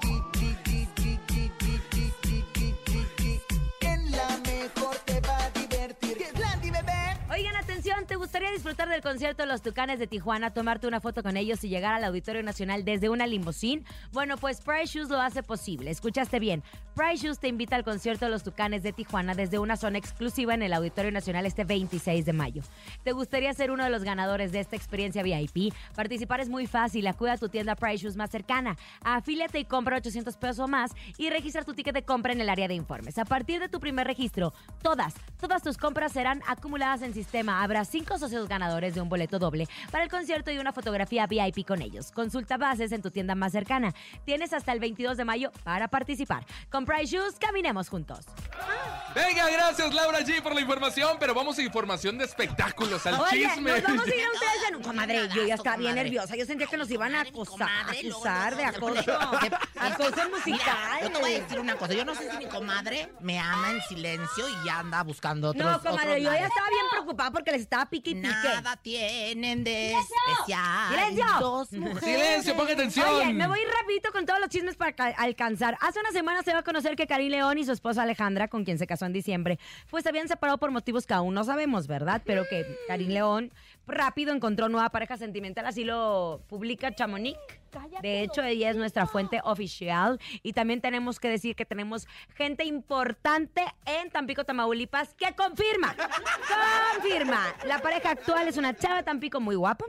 G, G, G, G, G, G, G, G, G, G, G. En la mejor te va a divertir. ¡Que es Landy, bebé!
Oigan, atención, ¿te gustaría disfrutar del concierto de los Tucanes de Tijuana, tomarte una foto con ellos y llegar al Auditorio Nacional desde una limusín? Bueno, pues Price Shoes lo hace posible. Escuchaste bien. Price Shoes te invita al concierto de los Tucanes de Tijuana desde una zona exclusiva en el Auditorio Nacional este 26 de mayo. ¿Te gustaría ser uno de los ganadores de esta experiencia VIP? Participar es muy fácil. Acude a tu tienda Price Shoes más cercana. Afíliate y compra 800 pesos o más y registra tu ticket de compra en el área de informes. A partir de tu primer registro, todas, todas tus compras serán acumuladas en sistema. Habrá cinco socios ganadores de un boleto doble para el concierto y una fotografía VIP con ellos. Consulta bases en tu tienda más cercana. Tienes hasta el 22 de mayo para participar. Con Price Shoes, caminemos juntos.
Venga, gracias Laura G por la información, pero vamos a información de espectáculos, al
Oye,
chisme.
nos vamos a ir a ustedes en un...
No,
Comadre, yo ya estaba bien
comadre.
nerviosa. Yo sentía que nos iban a
Comadre,
acosar,
comadre, luego,
acusar de
luego, luego,
acoso.
luego.
Acoso
Mira, yo te voy a
musical.
decir una cosa. Yo no sé si mi comadre me ama en silencio y ya anda buscando otros.
No, comadre,
otros
yo ya
lares.
estaba bien preocupada porque les estaba pique y pique.
Nada tienen de especial.
¡Silencio!
Dos mujeres.
Silencio, ponga atención.
Oye, me voy rapidito con todos los chismes para ca- alcanzar. Hace una semana se va a conocer que Karim León y su esposa Alejandra, con quien se casó en diciembre, pues se habían separado por motivos que aún no sabemos, ¿verdad? Pero que Karim León rápido encontró nueva pareja sentimental, así lo publica Chamonix. De hecho, ella es nuestra fuente oficial y también tenemos que decir que tenemos gente importante en Tampico, Tamaulipas, que confirma, confirma. La pareja actual es una chava de Tampico muy guapa,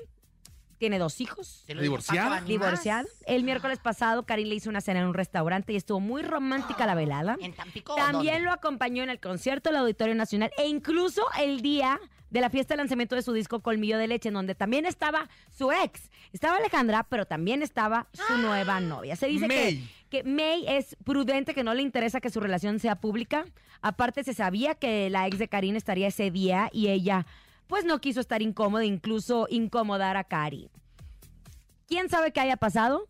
tiene dos hijos,
Se lo digo,
¿Divorciada?
Paco, ni más.
divorciado. El miércoles pasado, Karim le hizo una cena en un restaurante y estuvo muy romántica la velada.
En Tampico.
También lo acompañó en el concierto del Auditorio Nacional e incluso el día de la fiesta de lanzamiento de su disco Colmillo de Leche, en donde también estaba su ex. Estaba Alejandra, pero también estaba
¡Ah!
su nueva novia. Se dice
May.
que, que May es prudente, que no le interesa que su relación sea pública. Aparte, se sabía que la ex de Karim estaría ese día y ella, pues, no quiso estar incómoda, incluso incomodar a Karim. ¿Quién sabe qué haya pasado?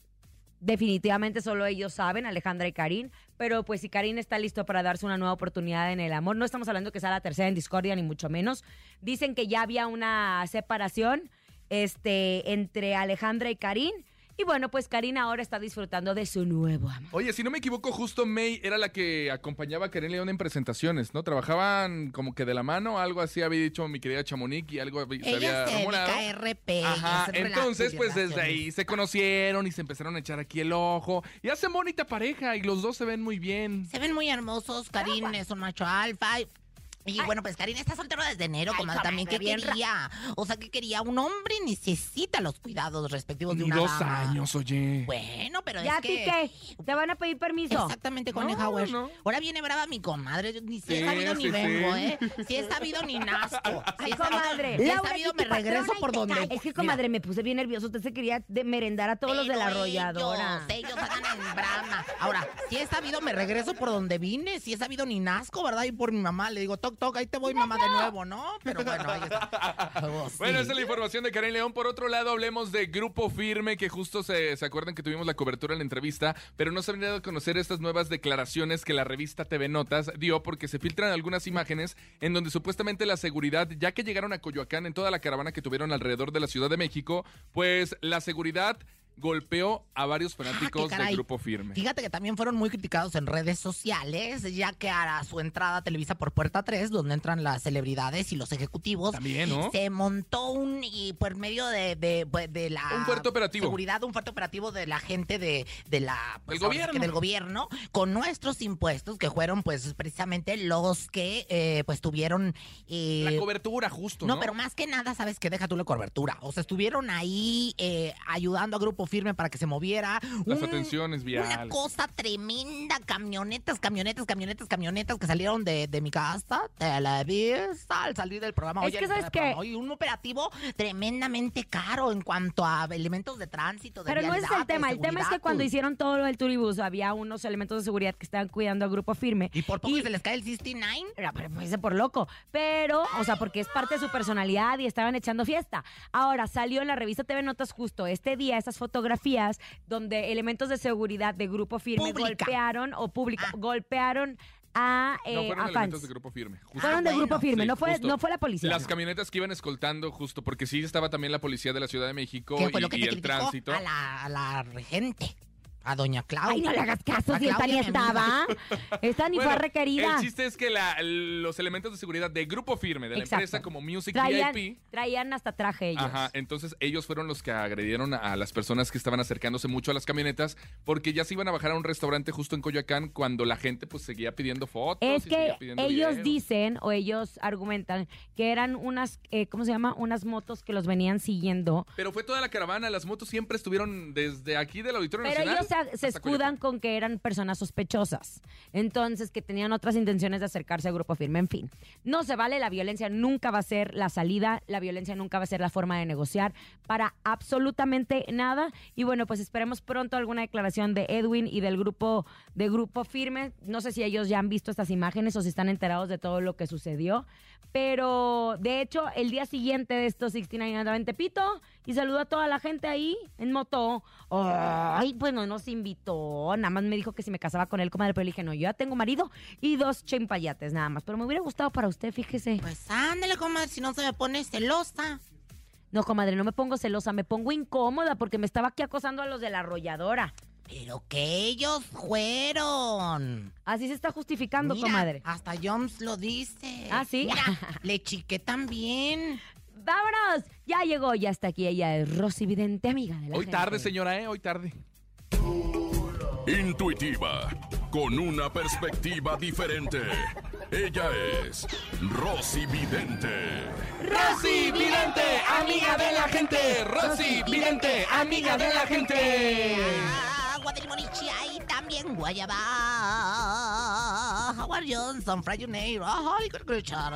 Definitivamente solo ellos saben, Alejandra y Karin. Pero pues si Karin está listo para darse una nueva oportunidad en el amor, no estamos hablando que sea la tercera en discordia, ni mucho menos. Dicen que ya había una separación este, entre Alejandra y Karin. Y bueno, pues Karin ahora está disfrutando de su nuevo amor.
Oye, si no me equivoco, justo May era la que acompañaba a Karen León en presentaciones, ¿no? Trabajaban como que de la mano, algo así había dicho mi querida Chamonix y algo había- se
Ella
había
se
rumorado.
dedica a RP. y
Ajá,
hacer relatos
entonces
y
pues desde
relaciones.
ahí se conocieron y se empezaron a echar aquí el ojo y hacen bonita pareja y los dos se ven muy bien.
Se ven muy hermosos. Karim es un macho alfa. y Y bueno, pues Karina está soltera desde enero,
Ay,
comadre, también que
comadre, bien ra-
quería. O sea, que quería un hombre necesita los cuidados respectivos de
Ni
una
dos
dama.
años, oye.
Bueno, pero
Ya
es que
piqué. Te van a pedir permiso.
Exactamente,
No,
Conejauer.
no.
Ahora viene brava mi comadre. yo ni si
Sí,
he sabido
sí,
ni vengo,
sí.
¿eh? Si he sabido
(laughs)
ni nazco. Si
Ay,
he sabido,
comadre.
si he
Laura,
sabido
aquí
me
tu patrona
regreso
y
por
te
donde.
caes. Es que, comadre, me puse bien nerviosa. Usted se quería de- merendar a todos los de la
Pero
arrolladora.
Ellos, ellos andan en brama. Ahora, si he sabido, me regreso por donde vine. Si he sabido, ni nazco, ¿verdad? Y por mi mamá le digo, toc, toc, ahí te voy, mamá, de nuevo, ¿no? Pero bueno, ahí está. Oh, sí.
Bueno, esa es la información de Karen León. Por otro lado, hablemos de Grupo Firme, que justo se, se acuerdan que tuvimos la cobertura en la entrevista, pero no se han dado a conocer estas nuevas declaraciones que la revista TV Notas dio porque se filtran algunas imágenes en donde supuestamente la seguridad, ya que llegaron a Coyoacán en toda la caravana que tuvieron alrededor de la Ciudad de México, pues la seguridad golpeó a varios fanáticos
Ah,
del
qué caray.
Grupo Firme.
Fíjate que también fueron muy criticados en redes sociales, ya que a su entrada a Televisa por Puerta 3, donde entran las celebridades y los ejecutivos,
También, ¿no?
se montó un, y por medio de, de- pues, de la...
Un fuerte operativo.
Seguridad, un fuerte operativo de la gente de, de la... pues,
Del
ahora sí que
gobierno.
Del gobierno, con nuestros impuestos, que fueron pues precisamente los que eh, pues tuvieron... eh,
La cobertura, justo. No,
no, pero más que nada, sabes que deja tú la cobertura. O sea, estuvieron ahí eh, ayudando a Grupo Firme para que se moviera.
Las atenciones
Una
viales.
cosa tremenda. Camionetas, camionetas, camionetas, camionetas que salieron de, de mi casa, Televisa, al salir del programa.
Es que,
Oye, al entrar
¿sabes
al programa.
qué?
Oye, un operativo tremendamente caro en cuanto a elementos de tránsito. De
Pero no es
vialidad,
el
de
tema. El tema es que
seguridad.
cuando hicieron todo lo del turibús, había unos elementos de seguridad que estaban cuidando a grupo firme.
Y por poco
y-
y se les cae el 69.
Era, pero pues, ese por loco. Pero, o sea, porque es parte de su personalidad y estaban echando fiesta. Ahora, salió en la revista TV Notas justo este día esas fotografías donde elementos de seguridad de grupo firme
Pública.
golpearon, o público,
Ah.
golpearon a, eh,
No fueron
a
elementos
fans.
de Grupo Firme. justo.
Fueron de
bueno.
grupo firme,
Sí,
no, fue,
justo.
no fue la policía.
Las
no.
camionetas que iban escoltando, justo, porque sí estaba también la policía de la Ciudad de México
Que fue
y,
lo que
y
te
el
criticó
tránsito.
A la, a la regente, a doña Claudia.
Ay, no le hagas caso,
A
si esta ni
Claudia, mi amiga.
estaba. Esta ni
Bueno,
fue requerida.
El chiste es que la- los elementos de seguridad de Grupo Firme, de la
Exacto.
empresa como Music
Traían,
VIP.
traían hasta traje ellos.
Ajá, entonces ellos fueron los que agredieron a, a las personas que estaban acercándose mucho a las camionetas porque ya se iban a bajar a un restaurante justo en Coyoacán cuando la gente pues seguía pidiendo fotos.
Es
y seguía
que
pidiendo
ellos
videos.
dicen o ellos argumentan que eran unas, eh, ¿cómo se llama? Unas motos que los venían siguiendo.
Pero fue toda la caravana, las motos siempre estuvieron desde aquí del Auditorio
Pero
Nacional.
ellos se,
hasta
se escudan
Coyoacán.
con que eran personas sospechosas. Entonces, que tenían otras intenciones de acercarse a grupo firme. En fin, no se vale. La violencia nunca va a ser la salida. La violencia nunca va a ser la forma de negociar para absolutamente nada. Y bueno, pues esperemos pronto alguna declaración de Edwin y del grupo, de grupo firme. No sé si ellos ya han visto estas imágenes o si están enterados de todo lo que sucedió. Pero de hecho, el día siguiente de estos 69 andaba en Tepito y saludó a toda la gente ahí en moto. Ay, pues no nos invitó. Nada más me dijo que si me casaba con él, comadre, pero le dije, no, yo ya tengo marido y dos chimpayates nada más. Pero me hubiera gustado para usted, fíjese.
Pues ándale, comadre, si no se me pone celosa.
No, comadre, no me pongo celosa, me pongo incómoda porque me estaba aquí acosando a los de la arrolladora.
Pero que ellos fueron.
Así se está justificando,
Mira,
comadre.
Hasta Jones lo dice.
Ah, ¿sí?
Mira,
(laughs)
le chiqué también.
¡Vámonos! Ya llegó, ya está aquí. Ella es Rosy Vidente, amiga de la
Hoy
gente.
tarde, señora, ¿eh? Hoy tarde.
Intuitiva, con una perspectiva diferente. Ella es Rosy Vidente.
Rosy Vidente, amiga de la gente. Rosy Vidente, amiga de la gente.
Ah, Agua del morichi ahí también guayaba. Howard Johnson, Fray Juneiro. Ay, qué escuchar.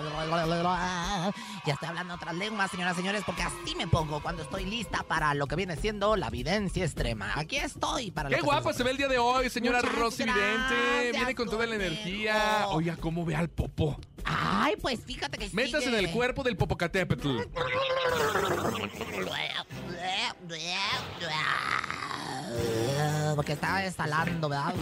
Ya estoy hablando otras lenguas, señoras y señores, porque así me pongo cuando estoy lista para lo que viene siendo la videncia extrema. Aquí estoy para lo
Qué
que
guapa se ve el día de hoy, señora
Muchas
Rosy Vidente.
gracias,
Viene con toda la
conejo.
energía. Oiga, cómo ve al popó.
Ay, pues fíjate que
Métase en
sigue.
el cuerpo del popocatépetl.
Porque estaba instalando, ¿verdad?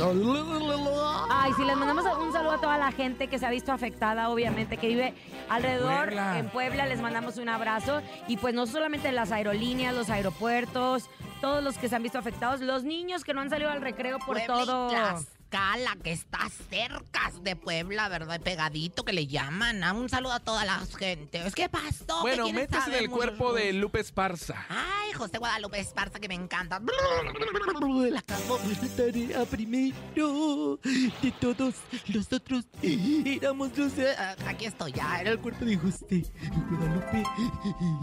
Ay, sí, les mandamos un saludo a toda la gente que se ha visto afectada, obviamente, que vive alrededor
Puebla.
en Puebla. Les mandamos un abrazo. Y pues no solamente las aerolíneas, los aeropuertos, todos los que se han visto afectados, los niños que no han salido al recreo por todo.
Pueblitas. Tlaxcala, que está cerca de Puebla, ¿verdad? Pegadito que le llaman. Ah, Un saludo a toda la gente. Es que pasó.
Bueno,
¿Qué quieren
métase en
saber,
el cuerpo
muchachos?
de Lupe Esparza.
Ay, José Guadalupe Esparza, que me encanta. La canción.
tarea primero de todos los otros. Éramos los. eh,
Ah, Aquí estoy ya.
Era el cuerpo de José Guadalupe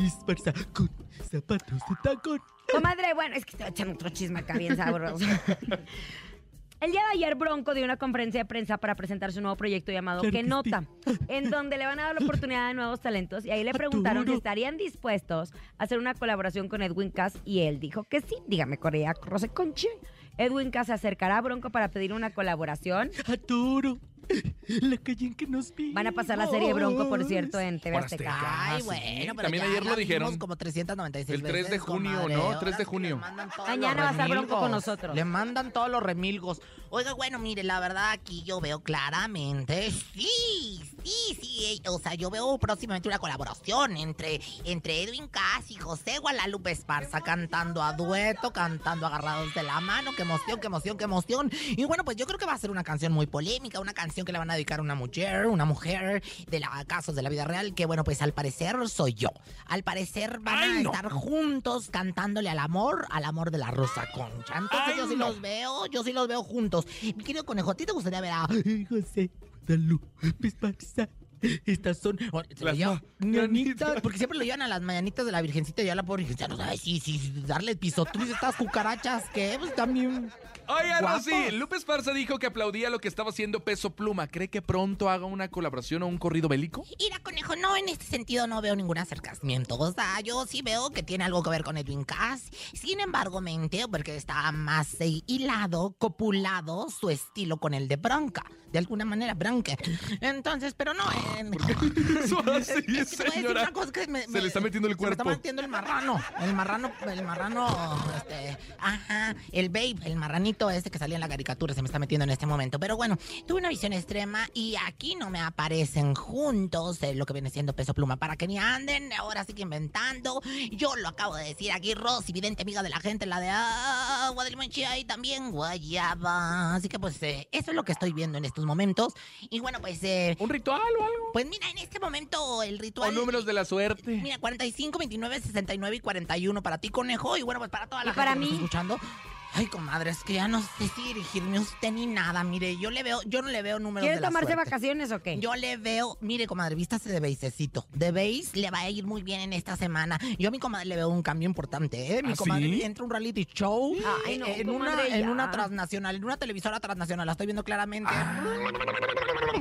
Esparza con zapatos de tacón.
Comadre, bueno, es que te voy a echar otro chisme acá
(laughs)
bien sabroso. El día de ayer Bronco dio una conferencia de prensa para presentar su nuevo proyecto llamado
Claro
¿Qué
que sí. Ah,
nota? En donde le van a dar la oportunidad a nuevos talentos y ahí le preguntaron si
Arturo.
estarían dispuestos a hacer una colaboración con Edwin Cass y él dijo que sí. Dígame, Corea, Rose Conche. Edwin Cass se acercará a Bronco para pedir una colaboración.
Adoro la calle en que nos vimos. Ah,
Van a pasar la serie Bronco, por cierto, en TV
Por
Azteca.
Azteca,
Ay,
sí.
bueno, pero
También
ya
ayer
la
lo
vimos
dijeron.
como 396
El 3 de
veces,
junio,
comadre.
¿no?
Ahora
3 de
sí
junio.
le mandan todos
Mañana Ah,
los
va a estar Bronco
remilgos.
con nosotros.
Le mandan todos los remilgos. Oiga, bueno, mire, la verdad aquí yo veo claramente, sí, sí, sí. eh, O sea, yo veo próximamente una colaboración entre, entre Edwin Cass y José Guadalupe Esparza cantando a dueto, cantando agarrados de la mano. Qué emoción, qué emoción, qué emoción. Y bueno, pues yo creo que va a ser una canción muy polémica, una canción que le van a dedicar a una mujer, una mujer de la, casos de la vida real, que bueno, pues al parecer soy yo. Al parecer van a estar juntos cantándole al amor, al amor de la Rosa Concha. Entonces yo sí los veo, yo sí los veo juntos. Mi querido conejo, ¿a ti te gustaría ver a...
José Guadalupe Esparza. Estas son
o- oh, se lo
Las
lleva-
mañanitas.
Nanita, porque siempre lo llevan a las mañanitas de la Virgencita y ya la pobre Virgencita no sabe si, si darle pisotriz a estas cucarachas que pues también...
Oigan,
Guapos.
sí, Lupe Esparza dijo que aplaudía lo que estaba haciendo Peso Pluma. ¿Cree que pronto haga una colaboración o un corrido bélico?
Mira, conejo, no, en este sentido no veo ningún acercamiento. O sea, yo sí veo que tiene algo que ver con Edwin Cass. Sin embargo, me entero porque está más eh, hilado, copulado su estilo con el de Bronca. De alguna manera, Bronca. Entonces, pero no. eh,
(laughs) (laughs) Eso así,
es que te voy a decir
señora.
una cosa que me-
Se
me-
le está metiendo el
se me está
cuerpo.
metiendo el marrano. El marrano, el marrano, este, ajá, el babe, el marranito este que salía en la caricatura se me está metiendo en este momento. Pero bueno, tuve una visión extrema y aquí no me aparecen juntos eh, lo que viene siendo peso pluma para que ni anden. Ahora sí que inventando. Yo lo acabo de decir aquí, Rosy, vidente amiga de la gente, la de agua de limón chía y también guayaba. Así que pues eh, eso es lo que estoy viendo en estos momentos. Y bueno, pues eh,
¿Un ritual o algo?
pues mira, en este momento el
¿O
ritual.
números de la suerte?
Mira, 45, 29, 69 y 41 para ti, conejo. Y bueno, pues para toda la
Y
gente
para
que nos
mí.
está escuchando. Ay, comadre, es que ya no sé si dirigirme a usted ni nada. Mire, yo le veo, yo no le veo números
¿Quiere
de la
tomarse
suerte.
vacaciones o qué?
Yo le veo, mire, comadre, vístase de beisecito. De beis le va a ir muy bien en esta semana. Yo a mi comadre le veo un cambio importante, ¿eh? Mi
¿Ah,
comadre
sí?
entra a un reality show
Ay,
en-
no,
en, una,
comadre,
en
ya.
una transnacional, en una televisora transnacional. La estoy viendo claramente.
Ah,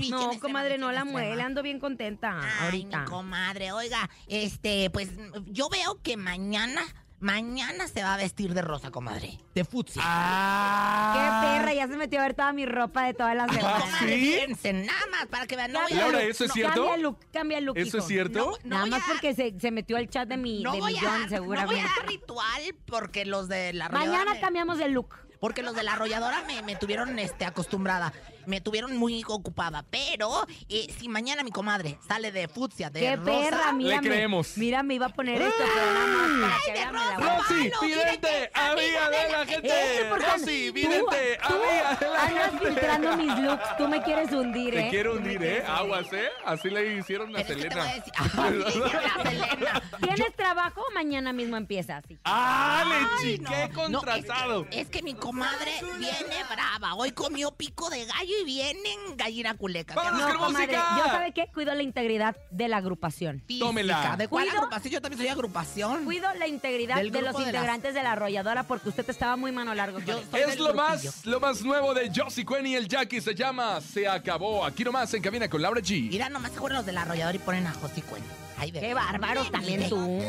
No, comadre, no la muela,
muelan
ando bien contenta
este Ay,
ahorita.
mi comadre, oiga, este, pues yo veo que mañana, mañana se va a vestir de rosa, comadre. De futsi.
Ah,
Qué perra, ya se metió a ver toda mi ropa de todas las
¿Ah,
semanas.
sí?
Piensen, nada más para que vean. No voy a-
Laura, ¿eso es
no,
cierto?
Cambia look, cambia look.
¿Eso
hijo.
es cierto?
No,
Nada
voy
más
a-
porque se, se metió al chat de mi,
No
de
voy,
mi
a
John,
dar, no voy
seguramente.
a dar ritual porque los de la arrolladora
Mañana
me-
cambiamos de look.
porque los de la arrolladora me, me tuvieron este, acostumbrada, me tuvieron muy ocupada. Pero eh, si mañana mi comadre sale de futsia, de
Qué
rosa,
perra, mira.
creemos.
Mira, me iba a poner esto, pero nada más para que vean me la voy a-
Rosy,
Pablo,
vidente,
vidente,
amiga de la
Es
gente.
importante.
Rosy,
Este, Tú-
vidente,
tú
amiga de la
Andas filtrando
gente.
mis looks, tú me quieres hundir, ¿eh?
Te quiero hundir, ¿eh? Aguas, ¿eh? Así le hicieron a
pero es que te voy
Selena.
a decir, (laughs) Ay, le hicieron la Selena.
¿Tienes trabajo o mañana mismo empiezas? hija?
¡Ah, le
Ay, no.
chiqué
No, eh,
contratado!
es, que, es que mi comadre viene brava. Hoy comió pico de gallo y viene en gallina culeca.
Vámonos
No,
con
comadre,
música.
yo sabe qué, cuido la integridad de la agrupación.
Física.
tómela.
¿De cuál
¿Cuido?
agrupación? Yo también soy agrupación.
Cuido la integridad
Del
de los
grupo de las-
integrantes de la arrolladora porque usted estaba muy mano largo. con
Yo
eso.
soy
Es
del
lo
grupillo.
más, lo más nuevo de Josie Quinn y el Jackie se llama Se acabó. Aquí nomás en cabina con Laura G.
Mira, nomás se juegan los del arrollador y ponen a José Cueno. Ay, bebé.
Qué bárbaros también tú.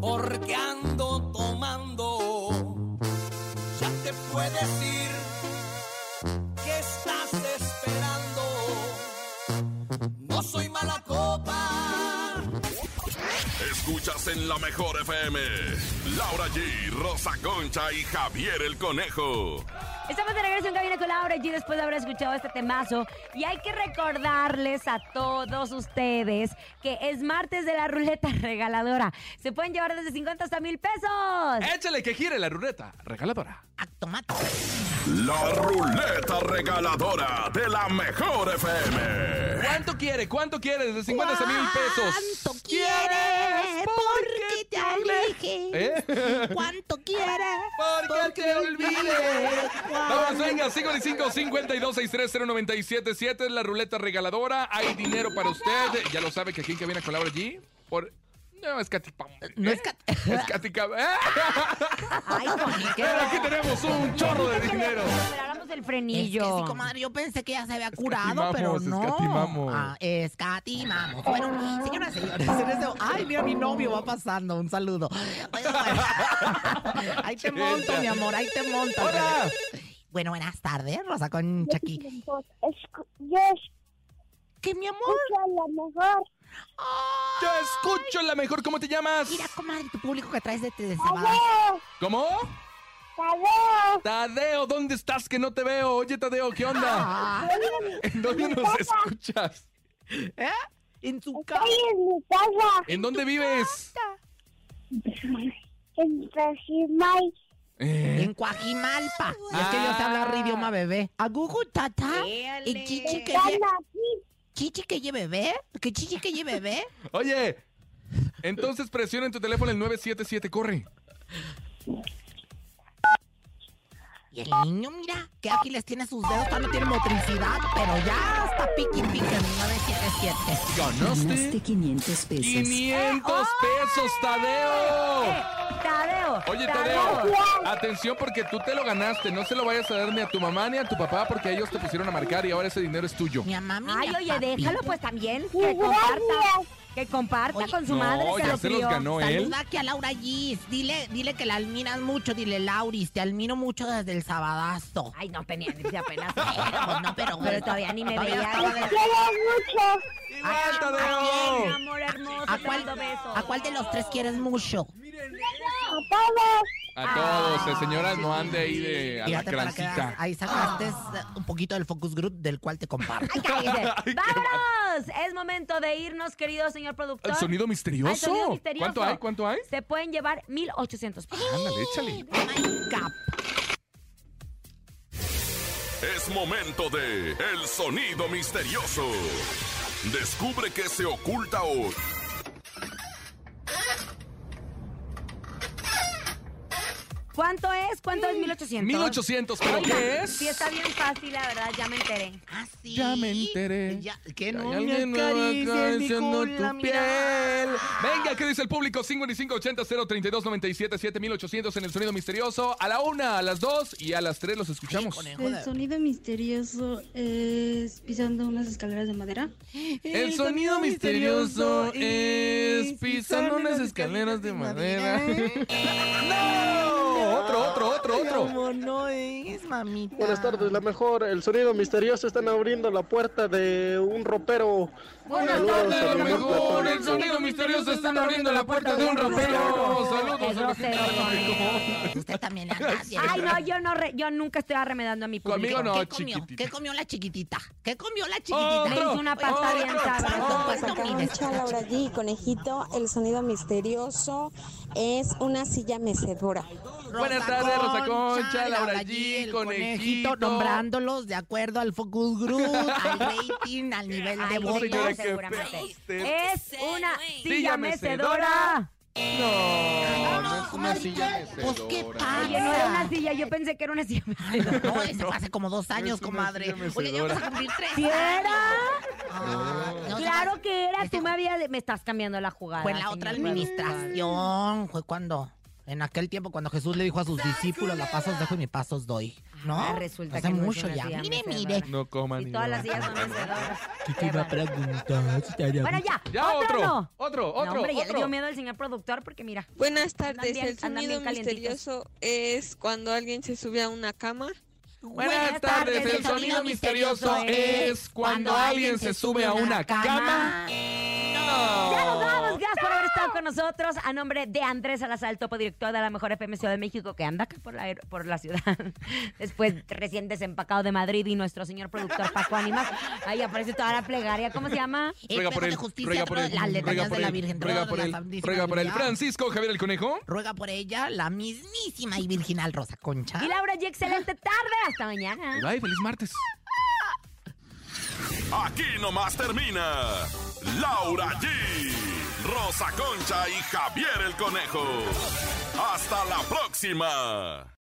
Porque ando tomando, ya te puedes ir. ¿Qué estás esperando? No soy mala copa.
Escuchas en la mejor FM. Laura G, Rosa Concha y Javier el Conejo.
Estamos de regreso en Cabina con Laura G después de haber escuchado este temazo. Y hay que recordarles a todos ustedes que es martes de la ruleta (laughs) regaladora. Se pueden llevar desde 50 hasta mil pesos.
Échale que gire la ruleta regaladora.
Actomato.
La ruleta regaladora de la mejor FM.
¿Cuánto quiere? ¿Cuánto quiere? Desde 50 hasta mil pesos.
¿Cuánto quieres? Porque
(laughs)
te aleje.
¿Eh?
¿Cuánto quieres?
Porque te olvidé. Vamos, venga, 55 52 63 097 es la ruleta regaladora. Hay dinero para usted. Ya lo sabe que aquí en Cabina con Laura G. Por... No, es Katy Pam.
No
¿Eh?
(laughs) es cat...
Es Katy Cam- ¡Eh!
Ay, Connie, qué
Pero aquí tenemos un chorro de
bonito que
dinero.
recuperáramos el
Es que
frenillo.
sí, comadre, yo pensé que ya se había curado,
Escatimamos,
pero no.
escatimamos.
Ah, escatimamos. Bueno, señoras y señores, en este- Ay, mira, mi novio va pasando. Un saludo. Oye, bueno. (laughs) Ahí te monto, mi amor, ahí te monto.
¡Hola!
Bueno, buenas tardes, Rosa Concha aquí.
Escu- Yo
¿Qué, mi amor?
escucho a lo mejor.
Te escucho la mejor. ¿Cómo te llamas?
Mira, comadre, tu público que traes de desde Sabadell.
Tadeo,
¿Cómo?
Tadeo,
Tadeo, ¿dónde estás que no te veo? Oye, Tadeo, ¿qué onda?
Ah,
¿En dónde nos escuchas?
¿eh? En su casa.
estoy en mi casa,
¿En dónde vives?
en Tajimay.
Eh,
En Coajimalpa. Y es que yo sé hablar
Ah.
idioma bebé. Agugu, tata. Y chichi que
Están
lle-
aquí,
chichi que lleve bebé. Que chichi que lleve bebé.
Oye, entonces presiona en tu teléfono el 977, corre.
Y el niño, mira, qué ágiles tiene sus dedos, todavía no tiene motricidad, pero ya hasta piqui piqui en 977.
¿Ganaste?
500 pesos.
500 pesos,
Eh,
Tadeo.
Tadeo.
Oye, Tadeo, atención porque tú te lo ganaste. No se lo vayas a dar ni a tu mamá ni a tu papá porque ellos te pusieron a marcar y ahora ese dinero es tuyo.
Mi mamá,
Ay, oye, déjalo pues también. Que comparta.
gracias.
Que comparta
Oye,
con su
no,
madre. se
ya
lo
se los
crió.
ganó él.
Saluda aquí a Laura Gis. Dile, dile que la admiras mucho. Dile, Lauris, te admiro mucho desde el sabadazo.
Ay, no, Penny, dice apenas.
Pero,
(laughs)
pues, no, pero,
Pero todavía ni me
todavía
veía.
estaba de-
quiero mucho.
Igual,
Ay, mi
Tadeo.
amor hermoso,
¿A
te
cuál,
mando besos.
¿A cuál de los tres quieres mucho?
A todos,
A todos, eh, señoras, no ande ahí de a la
Fíjate para que veas,
crancita.
ahí sacaste eh, un poquito del focus group del cual te comparto.
(laughs) Ay, cállese. ¡Vámonos! Es momento de irnos, querido señor productor.
El sonido misterioso.
Al sonido misterioso.
¿Cuánto hay? ¿Cuánto hay?
Se pueden llevar 1,800 pesos.
Ándale, échale.
My God.
Es momento de El sonido misterioso. Descubre qué se oculta hoy.
¿Cuánto es? ¿Cuánto es 1,800?
1800, ¿pero
Oigan,
qué es?
Sí, está bien fácil, la verdad, ya me enteré.
Ah, sí.
Ya me enteré.
Ya, que
Que
no
hay
me
alguien nuevo
acaricies mi
acariciando
cola,
tu
mira.
piel. Venga, ¿qué dice el público? 5580 032 97 7800 en el sonido misterioso. A la una, a las dos y a las tres los escuchamos.
Conejo
El
de-
sonido misterioso es pisando unas escaleras de madera.
El sonido misterioso es pisando unas escaleras de madera. (laughs) ¡No! Otro, otro, otro, otro.
¿Cómo no es, mamita?
Buenas tardes, la mejor. El sonido misterioso están abriendo la puerta de un ropero.
Buenas
Saludos
tardes,
a
a lo
la mejor
mejor.
platónica.
El sonido misterioso están abriendo la puerta de un ropero. Saludos a la gente
grosero,
del México.
Usted también ¿eh?
(laughs)
le anda haciendo.
Ay, no, yo no, re- yo nunca estoy arremedando a mi público.
Conmigo no,
¿Qué comió?
chiquitita.
¿Qué comió la chiquitita? ¿Qué comió la chiquitita?
Me hizo una pasta bien sabrosa.
¿Cuánto, cuánto mides?
Concha, Laura G, conejito, el sonido misterioso es una silla mecedora.
Buenas tardes, Rosa Concha, Laura
Laura
G,
G, el
Conejito.
Nombrándolos de acuerdo al
(laughs)
focus group, al rating, al nivel de
Ay,
no
votos.
sé
bonito,
qué
seguramente.
feo usted.
Es una
Silla
silla
mecedora.
mecedora.
No, no es una
Ay,
silla
¿qué? Pues qué
mecedora.
Oye, no era una
pasa.
silla, yo pensé que era una silla mecedora.
No, ese fue hace como dos años,
es una
comadre.
silla
Oye, ya vamos
mecedora.
a cumplir tres.
¿Sí era?
Ah, no,
Claro que era,
Ese-
tú me habías... Me estás cambiando la jugada.
Fue en la otra
señor productor.
administración, fue cuando, en aquel tiempo cuando Jesús le dijo a sus discípulos, la paz os dejo y mi paz os doy. ¿No?
Ah, resulta
Hace
que no es
mucho
una
ya.
silla
Mire,
mecedora.
mire.
No coman
Y todas las sillas son mecedoras. Qué bárbaro.
preguntar si te
Bueno, ya.
Ya
otro.
otro,
no.
otro,
No,
otro,
hombre, ya le dio
otro.
miedo al señor productor porque mira.
Buenas
tardes, bien- el andan sonido bien calientitos. misterioso
es cuando alguien se sube a una cama.
Buenas tardes, el sonido misterioso es cuando alguien se sube a una cama. Oh.
Ya nos vamos, gracias por haber estado con nosotros a nombre de Andrés Salazar, el topo director de la Mejor FM Ciudad de México, que anda acá por la, aer- por la ciudad. (laughs) Después, recién desempacado de Madrid y nuestro señor productor Paco Ánimas. Ahí aparece toda la plegaria. ¿Cómo
(laughs)
se llama?
Ruega por él, ruega por él,
las
ruega
letanías
por
de la
él,
Virgen,
ruega
todas
por
las
él,
Santísima
ruega por él.
Trinidad.
Francisco Javier el Conejo.
Ruega por ella la mismísima y virginal Rosa Concha.
Y Laura G, excelente tarde. Hasta mañana.
Bye, feliz martes.
Aquí nomás termina. Laura G, Rosa Concha y Javier el Conejo. Hasta la próxima.